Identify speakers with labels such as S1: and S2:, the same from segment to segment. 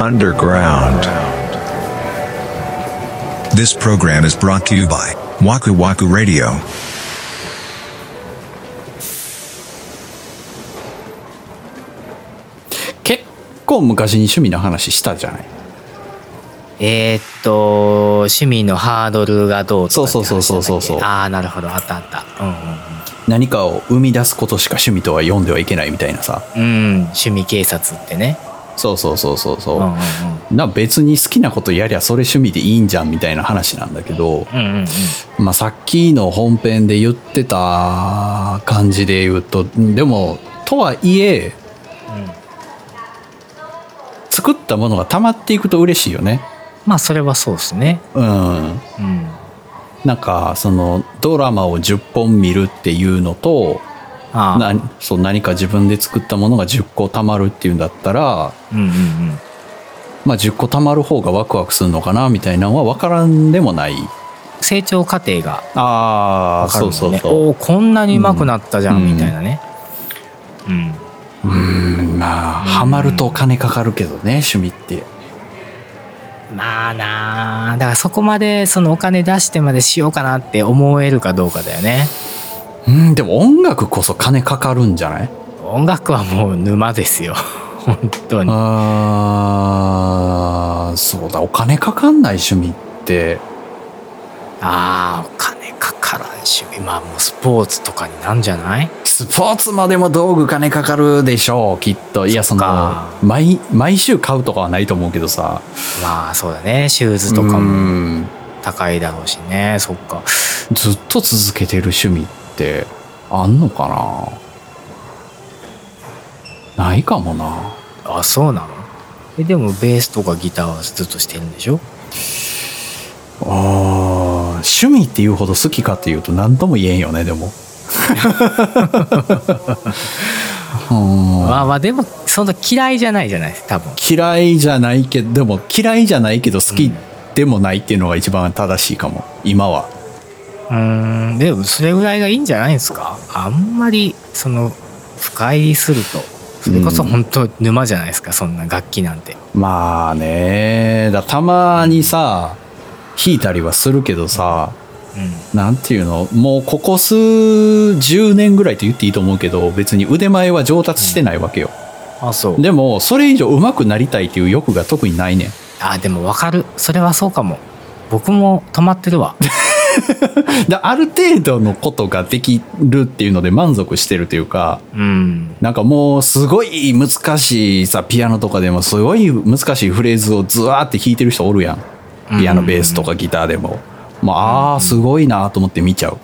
S1: underground.
S2: This program is brought to you by Waku Waku Radio.
S3: 結構昔に趣味の話したじゃない
S4: えーっと、趣味のハードルがどうとかって
S3: そ
S4: 話
S3: うそうそうそうそう
S4: だっけああ、なるほど、あったあった。うん
S3: 何かを生み出すことしか趣味とは読んではいけないみたいなさ
S4: うんうん。うん、趣味警察ってね。
S3: そうそうそうそうそうう、
S4: んうんうん。
S3: な別に好きなことやりゃそれ趣味でいいんじゃんみたいな話なんだけど、
S4: うんうんうん。
S3: まあ、さっきの本編で言ってた感じで言うとでもとはいえ作ったものが溜まっていくと嬉しいよね
S4: まあ、それはそうですね。
S3: うん
S4: うん。
S3: なんかそのドラマを10本見るっていうのと
S4: ああ。
S3: なそう何か自分で作ったものが10個貯まるっていうんだったら、
S4: うんうんうん。
S3: まあ、10個貯まる方がワクワクするのかなみたいなのは分からんでもない
S4: 成長過程が
S3: あ
S4: わ
S3: あ
S4: かる
S3: そ
S4: もん
S3: う
S4: ね。
S3: そうそう
S4: おお、こんなにうまくなったじゃん、
S3: うん
S4: みたいなね。うん。
S3: うんまあハマるとお金かかるけどね趣味って
S4: まあなあ。だからそこまで、そのお金出してまでしようかなって思えるかどうかだよね。
S3: うんでも音楽こそ金かかるんじゃない
S4: 音楽はもう沼ですよ。 本当に。
S3: あーそうだお金かかんない趣味って
S4: ああお金かからん趣味まあもうスポーツとかになんじゃない
S3: スポーツまでも道具金かかるでしょうきっといやそ
S4: っ
S3: の
S4: か
S3: 毎毎週買うとかはないと思うけどさ
S4: まあそうだねシューズとかも
S3: うん
S4: 高いだろうしねそっか
S3: ずっと続けてる趣味ってあんのかなないかもな
S4: あそうなのえでもベースとかギターはずっとしてるんでしょ
S3: あー趣味っていうほど好きかっていうと何とも言えんよねでもうん
S4: まあまあでもそんな嫌いじゃないじゃない多分
S3: 嫌いじゃないけどでも嫌いじゃないけど好きでもないっていうのが一番正しいかも今は
S4: うーんでもそれぐらいがいいんじゃないですかあんまりその深入りするとそれこそ本当沼じゃないですかそんな楽器なんて
S3: まあねだたまにさ弾いたりはするけどさ
S4: うん
S3: なんていうのもうここ数10年ぐらいと言っていいと思うけど別に腕前は上達してないわけよ、
S4: あそう
S3: でもそれ以上上手くなりたいっていう欲が特にないねん
S4: あでもわかるそれはそうかも僕も止まって るわ
S3: だある程度のことができるっていうので満足してるというか
S4: うん
S3: なんかもうすごい難しいさピアノとかでもすごい難しいフレーズをズワーって弾いてる人おるやんピアノベースとかギターでも、まああーすごいなと思って見ちゃう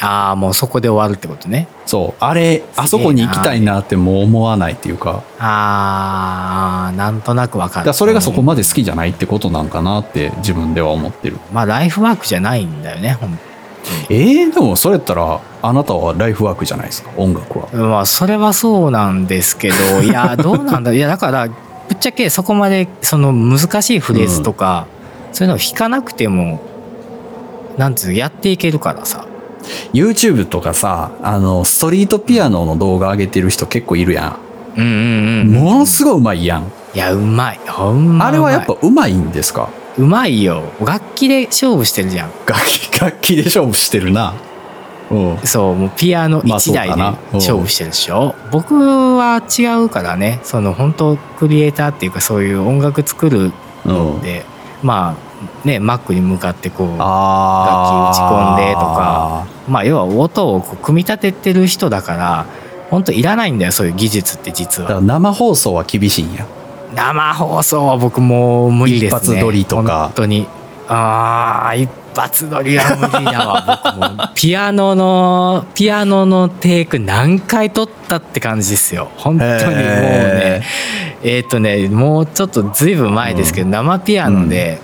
S4: ああもうそこで終わるってことね
S3: そうあれあそこに行きたいなってもう思わないっていうか
S4: ああなんとなくわか
S3: だ
S4: る
S3: からそれがそこ
S4: ま
S3: まで好きじゃないってことなんかなって自分では思ってる
S4: まあライフワークじゃないんだよねほん
S3: えー、でもそれやったらあなたはライフワークじゃないですか音楽は
S4: まあそれはそうなんですけ どいやどうなんだいやだからぶっちゃけそこまでその難しいフレーズとか、そういうのを弾かなくてもなんつうのやっていけるからさ
S3: YouTube とかさあのストリートピアノの動画上げてる人結構いるや
S4: うんうんうんん
S3: ものすごいうまいやん
S4: いやうまいほんま
S3: あれはやっ
S4: うま
S3: ぱうまいんですか
S4: いうまいよ楽器で勝負してるじゃん
S3: 楽器楽器で勝負してるなうん
S4: そうもうピアノ
S3: まあ
S4: 1台
S3: そうだ
S4: で
S3: なうん
S4: 勝負してるでしょ、僕は違うからねその本当クリエイターっていうかそういう音楽作る
S3: うん
S4: んで、まあね Mac に向かってこう
S3: あ
S4: 楽器打ち込んでとかまあ要は音をこう組み立ててる人だから本当いらないんだよそういう技術って実
S3: だか
S4: は
S3: ら生放送は厳しいんや
S4: 生放送は僕もう無理ですね
S3: 一発撮りとか
S4: 本当にあー一発撮りは無理 だわ僕もピアノのピアノのテイク何回撮ったって感じですよ本当にもうねえーっとねもうちょっとずいぶん前ですけど、生ピアノで、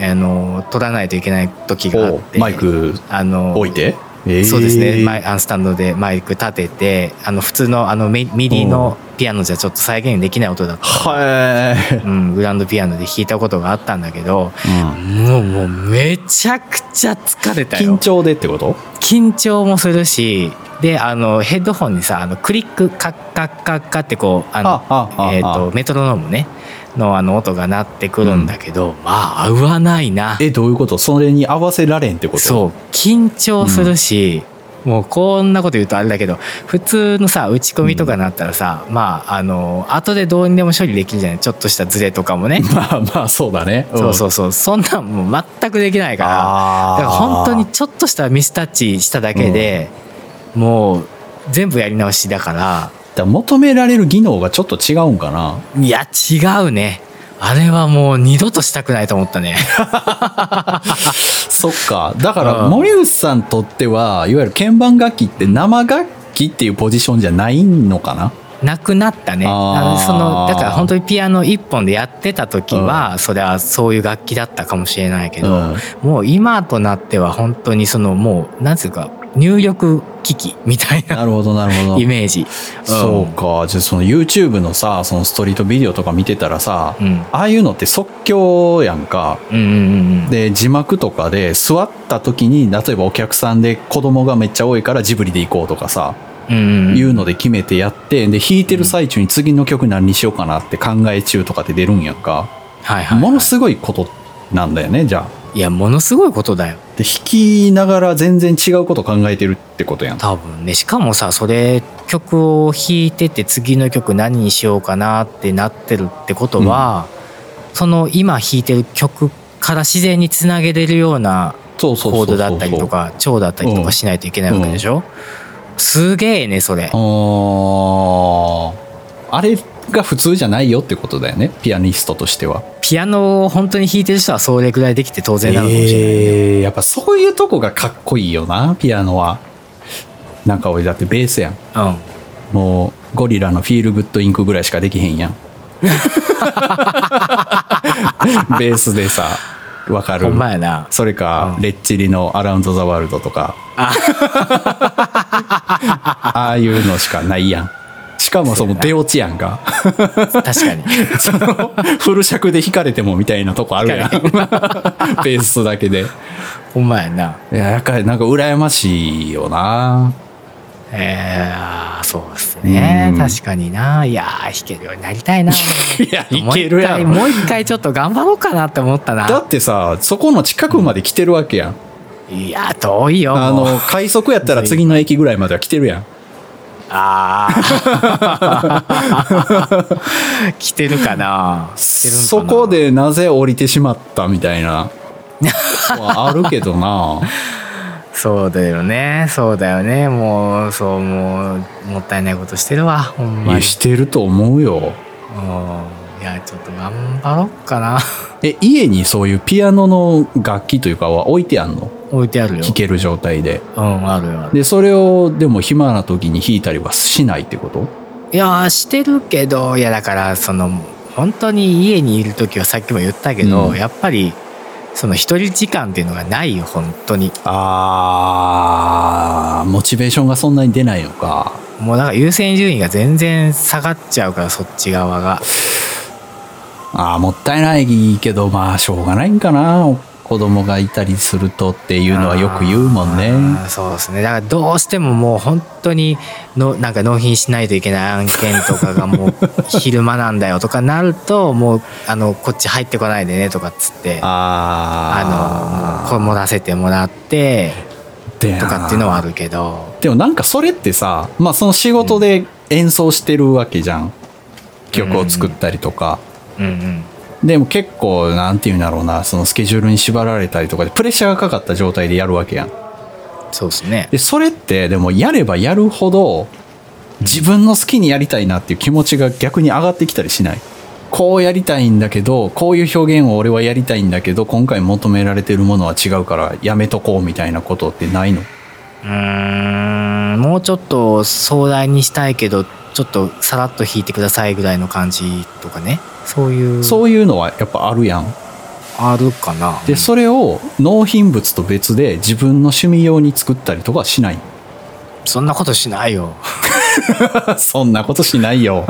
S4: あの撮らないといけない時があっ
S3: お
S4: て
S3: マイク
S4: あの
S3: 置いて、えー
S4: そうですね、マイあのスタンドでマイク立ててあの普通のあのミミディのピアノじゃちょっと再現できない音だった、
S3: はい、
S4: うん、グランドピアノで弾いたことがあったんだけどもうもうめちゃくちゃ疲れた
S3: 緊
S4: よ
S3: 張でってこと
S4: 緊張緊張もするしであのヘッドホンにさあのクリックカッカッカッカってこうあの
S3: あああ
S4: えー、
S3: あ
S4: とメトロノームねのあの音が鳴ってくるんだけど、まあ合わないな
S3: えどういうことそれに合わせられんってこと
S4: そう緊張するし、もうこんなこと言うとあれだけど普通のさ打ち込みとかなったらさ、まああの後でどうにでも処理できるじゃないちょっとしたズレとかもね
S3: まあまあそうだね
S4: そうそううそうそんなんもう全くできないから
S3: あー
S4: だから本当にちょっとしたミスタッチしただけで、もう全部やり直しだから
S3: んだから求められる技能がちょっと違うんかない
S4: や違うねあれはもう二度としたくないと思っ たね
S3: そっかだから
S4: うん
S3: 森内さんとってはいわゆる鍵盤楽器って生楽器っていうポジションじゃないのかな
S4: なくなったね
S3: あー
S4: あのそのだから本当にピアノ一本でやってた時は、それはそういう楽器だったかもしれないけど、
S3: うん
S4: もう今となっては本当にそのもうなんていうか入力機器みたいな
S3: なるほどなるほど
S4: イメージ、うん
S3: そうかじゃあその YouTube のさそのストリートビデオとか見てたらさ、
S4: うん
S3: ああいうのって即興やんか
S4: うんうんうんうん
S3: で字幕とかで座った時に例えばお客さんで子供がめっちゃ多いからジブリで行こうとかさ、
S4: うんうんうん
S3: いうので決めてやってで弾いてる最中に次の曲何にしようかなって考え中とかって出るんやんか、
S4: はいはい、
S3: ものすごいことなんだよねじゃあ
S4: いやものすごいことだよ
S3: で弾きながら全然違うこと考えてるってことやん
S4: 多分ねしかもさそれ曲を弾いてて次の曲何にしようかなってなってるってことは、その今弾いてる曲から自然につなげれるような
S3: そう
S4: コ
S3: そうそ
S4: ー
S3: うそ
S4: ド
S3: う
S4: だったりとか調だったりとかしないといけないわけでしょ、すげえねそれ
S3: あーあれが普通じゃないよってことだよねピアニストとしては
S4: ピアノを本当に弾いてる人はそれぐらいできて当然なのかもしれない、
S3: えーやっぱそういうとこがかっこいいよなピアノはなんか俺だってベースやん
S4: うん
S3: もうゴリラのフィールグッドインクぐらいしかできへん やんベースでさわかる
S4: ほんま やな
S3: それか、
S4: うん
S3: レッチリの「アラウンド・ザ・ワールド」とかああいうのしかないやんしかもその出落ちやんか
S4: 確かに
S3: そのフル尺で弾かれてもみたいなとこある やんベースだけで
S4: ほんまやない
S3: ややっぱりなんか羨ましいよな
S4: えー、そうですね、
S3: うん
S4: 確かにないやー弾けるようになりたい な
S3: いやいけるやん
S4: もう一回もう一回ちょっと頑張ろうかなって思った
S3: だ
S4: な
S3: ってさそこの近くまで来てるわけやん
S4: いやー遠いよ
S3: あ
S4: もう
S3: の快速やったら次の駅ぐらいまでは来てるやん
S4: あー 来てるかな来てるんかな
S3: そこでなぜ降りてしまったみたいなはあるけどな
S4: そうだよねそうだよねもうそうもうもったいないことしてるわほん
S3: い
S4: ま
S3: や
S4: に
S3: してると思うよ
S4: うんいやちょっと頑張ろうかな
S3: え家にそういうピアノの楽器というかは置いてあんの
S4: 置いてあるよ
S3: 弾ける状態で
S4: うんあるよある
S3: でそれをでも暇な時に弾いたりはしないってこと
S4: いやーしてるけどいやだからその本当に家にいる時はさっきも言ったけど、
S3: うん
S4: やっぱりその一人時間っていうのがないよ本当に
S3: あーモチベーションがそんなに出ないのか
S4: もうなんか優先順位が全然下がっちゃうからそっち側が
S3: あーもったいないけどまあしょうがないんかな子供がいたりするとっていうのはよく言うもんね
S4: あーそうですねだからどうしてももう本当にのなんか納品しないといけない案件とかがもう昼間なんだよとかなるともうあのこっち入ってこないでねとかっつってあ
S3: あ
S4: のこれも出せてもらって
S3: の
S4: とかっていうのはあるけど。
S3: でもなんかそれってさ、まあ、その仕事で演奏してるわけじゃん、曲を作ったりとか、
S4: うんうん
S3: でも結構なんていうんだろうなそのスケジュールに縛られたりとかでプレッシャーがかかった状態でやるわけやん
S4: そうですね。
S3: でそれってでもやればやるほど自分の好きにやりたいなっていう気持ちが逆に上がってきたりしないこうやりたいんだけどこういう表現を俺はやりたいんだけど今回求められてるものは違うからやめとこうみたいなことってないの
S4: うーん、もうちょっと壮大にしたいけど、ちょっとさらっと弾いてくださいぐらいの感じとかね。そういう。
S3: そういうのはやっぱあるやん
S4: あるかな。
S3: でそれを納品物と別で自分の趣味用に作ったりとかはしない
S4: そんなことしないよ。
S3: そんなことしないよ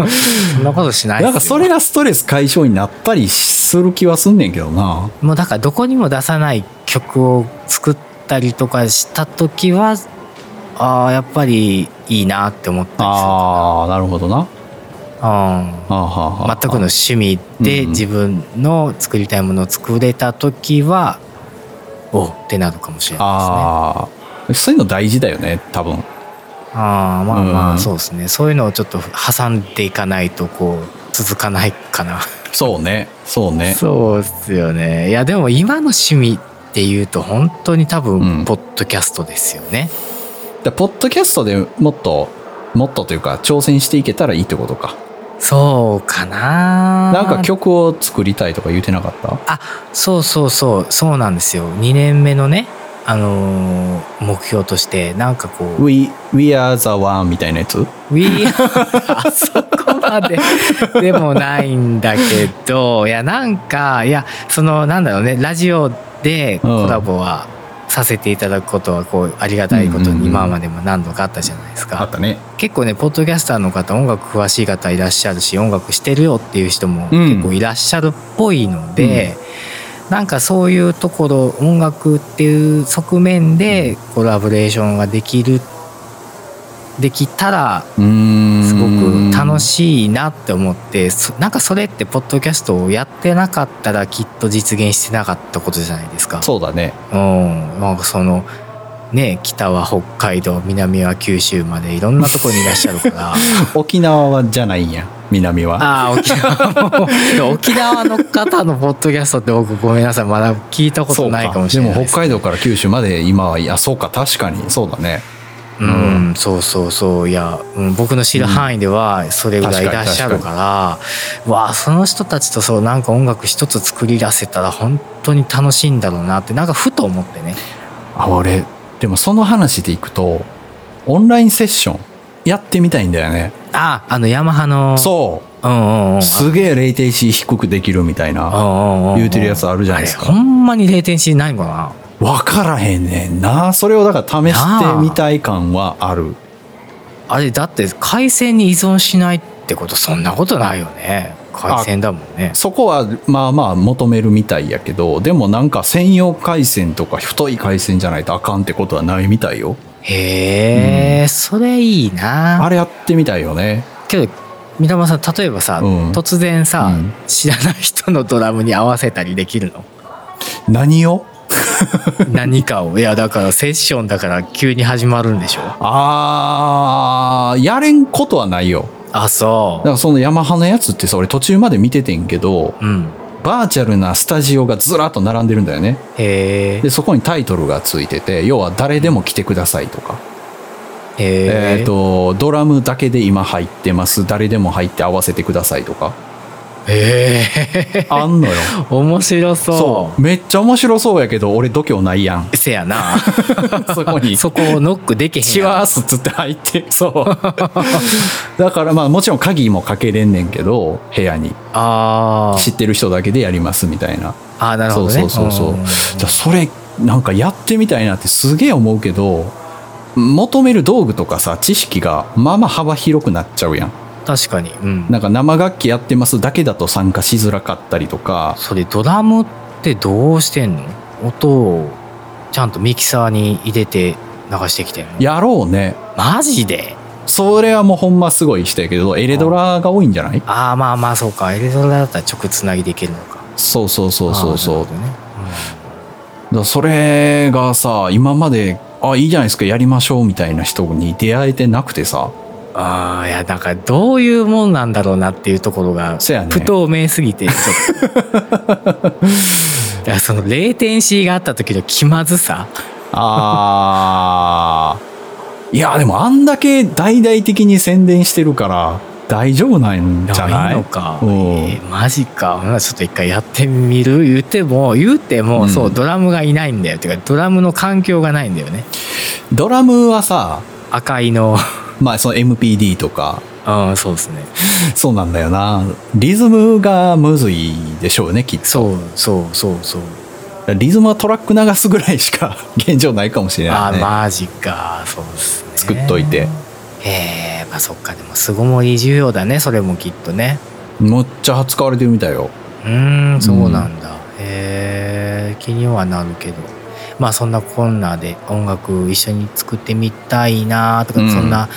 S4: そんなことしないっすよ
S3: なんかそれがストレス解消になったりする気はすんねんけどな
S4: もうだからどこにも出さない曲を作っったりとかした時はああやっぱりいいなって思ったりする
S3: ああなるほどな
S4: うん
S3: あーはーはー
S4: 全くの趣味
S3: うんう
S4: で
S3: ん
S4: 自分の作りたいものを作れた時は、おってなるかもしれない
S3: ああそういうの大事だよね多分
S4: ですねああまあま
S3: うん
S4: あそうですねそういうのをちょっと挟んでいかないとこう続かないかな、
S3: そうねそうね
S4: そうっすよねいやでも今の趣味っていうと本当に多
S3: うん
S4: 分ポッドキャストですよね、
S3: でポッドキャストでもっともっとというか挑戦していけたらいいってことか
S4: そうかな
S3: なんか曲を作りたいとか言ってなかった
S4: あそうそうそうそうなんですよ2年目のねあのー目標としてなんかこう
S3: We, We are the one みたいなやつ
S4: We あそこまででもないんだけどいやなんかいやそのなんだろうねラジオでコラボはさせていただくことはこうありがたいこと
S3: うんうんうん
S4: に今までも何度かあったじゃないですか、
S3: たね
S4: 結構ねポッドキャスターの方音楽詳しい方いらっしゃるし音楽してるよっていう人も
S3: うん
S4: 結構いらっしゃるっぽいので、なんかそういうところ音楽っていう側面でコラボレーションができるできたら
S3: うーん
S4: すごく楽しいなって思ってそなんかそれってポッドキャストをやってなかったらきっと実現してなかったことじゃないですか。
S3: そうだね
S4: うん、なんかそのね北は北海道南は九州までいろんなとこにいらっしゃるから
S3: 沖縄はじゃないんや南は
S4: ああ沖縄もでも沖縄の方のポッドキャストって僕ごめんなさいまだ聞いたことないかもしれない
S3: でも
S4: す
S3: 北海道から九州まで今はいやそうか確かにそうだね
S4: うん、そうそうそういや、うん、僕の知る範囲ではそれぐらいいらっしゃるから,、わあその人たちとそうなんか音楽一つ作り出せたら本当に楽しいんだろうなってなんかふと思ってね
S3: あ俺でもその話でいくとオンラインセッションやってみたいんだよね
S4: ああのヤマハの
S3: そ
S4: うんうんうん
S3: うすげえレイテンシー低くできるみたい
S4: うんう
S3: なん
S4: うんうん
S3: 言うてるやつあるじゃないです
S4: あれ
S3: か
S4: ほんまに0点しないんかな
S3: 分からへんねんなそれをだから試してみたい感はある
S4: あれだって回線に依存しないってことそんなことないよね回線だもんね
S3: そこはまあまあ求めるみたいやけどでもなんか専用回線とか太い回線じゃないとあかんってことはないみたいよ
S4: へえ、それいいな
S3: あれやってみたいよね
S4: けど三玉さん例えばさ、
S3: うん
S4: 突然さ、
S3: うん
S4: 知らない人のドラムに合わせたりできる の
S3: 何を
S4: 何かをいやだからセッションだから急に始まるんでしょ
S3: あーやれんことはないよ
S4: あ
S3: だ
S4: そ
S3: からそのヤマハのやつってさ俺途中まで見ててんけど
S4: ううん
S3: バーチャルなスタジオがずらっと並んでるんだよね
S4: へえ
S3: でそこにタイトルがついてて要は誰でも来てくださいとかえ
S4: え
S3: っ、とドラムだけで今入ってます誰でも入って合わせてくださいとか
S4: へえ
S3: あんのよ
S4: 面白そう
S3: そうめっちゃ面白そうやけど俺度胸ないや ん
S4: せやな
S3: そこに
S4: そこをノックできへん
S3: チワースっつって入ってそう だからまあもちろん鍵もかけれんねんけど部屋に
S4: あ
S3: 知
S4: ー
S3: ってる人だけでやりますみたいな
S4: あーなるほ
S3: そう
S4: どね
S3: そうそうそう
S4: うん
S3: じゃあそれなんかやってみたいなってすげえ思うけど求める道具とかさ知識がまあまあ幅広くなっちゃうやん
S4: 確かにうん
S3: なんか生楽器やってますだけだと参加しづらかったりとか
S4: それドラムってどうしてんの音をちゃんとミキサーに入れて流してきてんの
S3: やろうね
S4: マジで
S3: それはもうほんますごい人やけどエレドラが多いんじゃない
S4: ああまあまあそうかエレドラだったら直つなぎでいけるのか
S3: そうそうそうそうそう
S4: あーなるほどね
S3: だからそれがさ今まであいいじゃないですかやりましょうみたいな人に出会えてなくてさ
S4: うんああいやなんかどういうもんなんだろうなっていうところが
S3: そやね
S4: 不透明すぎてちょ っといやその0点シーがあった時の気まずさ
S3: あー いやでもあんだけ大々的に宣伝してるから大丈夫なんじゃない
S4: のか、
S3: うん
S4: えーマジかほなちょっと一回やってみる言っても言っても、
S3: うん
S4: そうドラムがいないんだよてかドラムの環境がないんだよね
S3: ドラムはさ
S4: 赤いの
S3: まあその MPD とか
S4: うんそうですね
S3: そうなんだよなリズムがむずいでしょうねきっ
S4: そうそうそうそう
S3: とリズムはトラック流すぐらいしか 現状ないかもしれな
S4: あ
S3: い、
S4: ー
S3: ね
S4: マジかそうですね
S3: 作っといて
S4: へえまあそっかでも巣ごもり需要だねそれもきっとね
S3: むっちゃ使われてるみたいよ
S4: うーんそうなんだ、へえ気にはなるけどまあそんなこんなで音楽一緒に作ってみたいなとか、
S3: うん
S4: そんな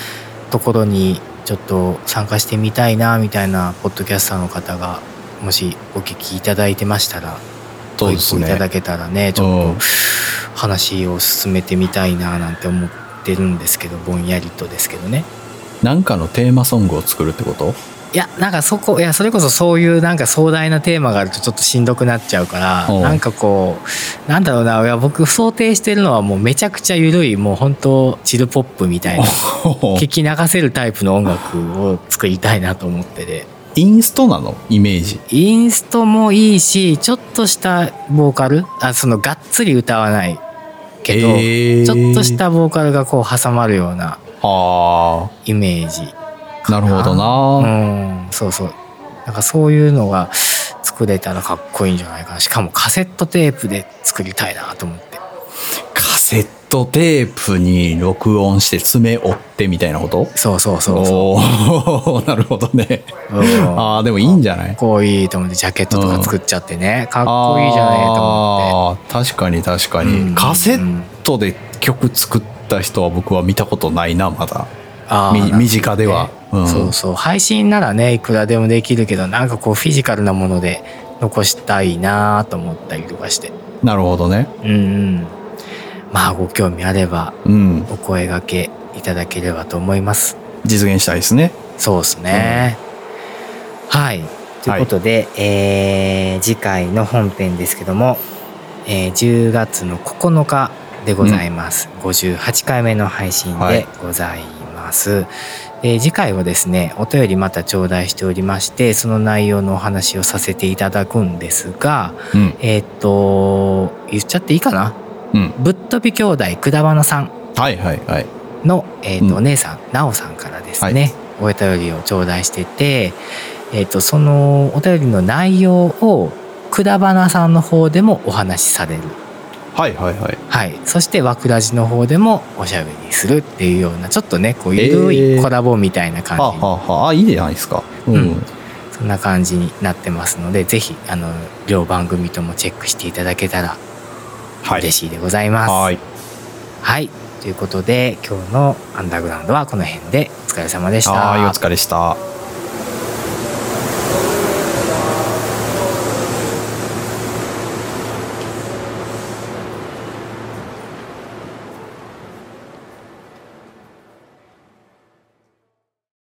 S4: ところにちょっと参加してみたいなみたいなポッドキャスターの方がもしお聞きいただいてましたら
S3: そうです
S4: ご一報いただ
S3: ね。
S4: けたらねち
S3: う
S4: ょ
S3: ん
S4: っと話を進めてみたいななんて思ってるんですけどぼんやりとですけどね。
S3: なんかのテーマソングを作るってこと
S4: いやなんかそこいやそれこそそういうなんか壮大なテーマがあるとちょっとしんどくなっちゃうから
S3: おう
S4: なんかこうなんだろうないや僕想定してるのはもうめちゃくちゃ緩いもう本当チルポップみたいな 聞き流せるタイプの音楽を作りたいなと思ってて
S3: インストなのイメージ。
S4: インストもいいしちょっとしたボーカルあそのがっつり歌わないけど、
S3: へー
S4: ちょっとしたボーカルがこう挟まるような
S3: あ
S4: イメージ
S3: あ、なるほど
S4: う
S3: な。
S4: ん、そうそう。なんかそういうのが作れたらかっこいいんじゃないかな。しかもカセットテープで作りたいなと思って。
S3: カセットテープに録音して爪折ってみたいなこと
S4: そうそうそうそ
S3: おー なるほどね。
S4: う。うんかっ
S3: ああ、でもいいんじゃない
S4: こいいと思ってジャケットとか作っちゃってね。かっこいいじゃないと思っ
S3: あー確かに確か
S4: う
S3: に。
S4: ん
S3: カセットで曲作った人は僕は見たことないな、まだ。
S4: て。あー
S3: み
S4: なんかね
S3: 身近ではうん
S4: そうそう。配信ならね、いくらでもできるけど、なんかこうフィジカルなもので残したいなと思ったりとかして。
S3: なるほどね。
S4: うんうん。まあご興味あれば
S3: うん。
S4: お声掛けいただければと思います。
S3: 実現したいですね。
S4: そうですね。はい。ということで、えー次回の本編ですけども、えー10月の9日でございます。58回目の配信
S3: はい
S4: でございます。えー次回はですね、お便りまた頂戴しておりまして、その内容のお話をさせていただくんですが、
S3: うん。
S4: えーっと、言っちゃっていいかな
S3: うん。
S4: ぶっ飛び兄弟くだばなさん
S3: はいはいはい。
S4: の、えーと
S3: うん
S4: お姉さんなおさんからですね、お便りを頂戴してて、えー、とそのお便りの内容をくだばなさんの方でもお話しされる、
S3: はいはいはい。
S4: はい、そしてわくらじの方でもおしゃべりするっていうようなちょっとねこうゆる
S3: え
S4: い
S3: ー
S4: コラボみたいな感
S3: はあ
S4: じ、
S3: はあはあ、あいいじゃないですか。う
S4: うん
S3: ん。
S4: そんな感じになってますのでぜひあの両番組ともチェックしていただけたら
S3: はい。
S4: 嬉しいでございます。
S3: はい。
S4: はいということで今日の「アンダーグラウンド」はこの辺でお疲れ様でした。
S3: はい、お疲れした。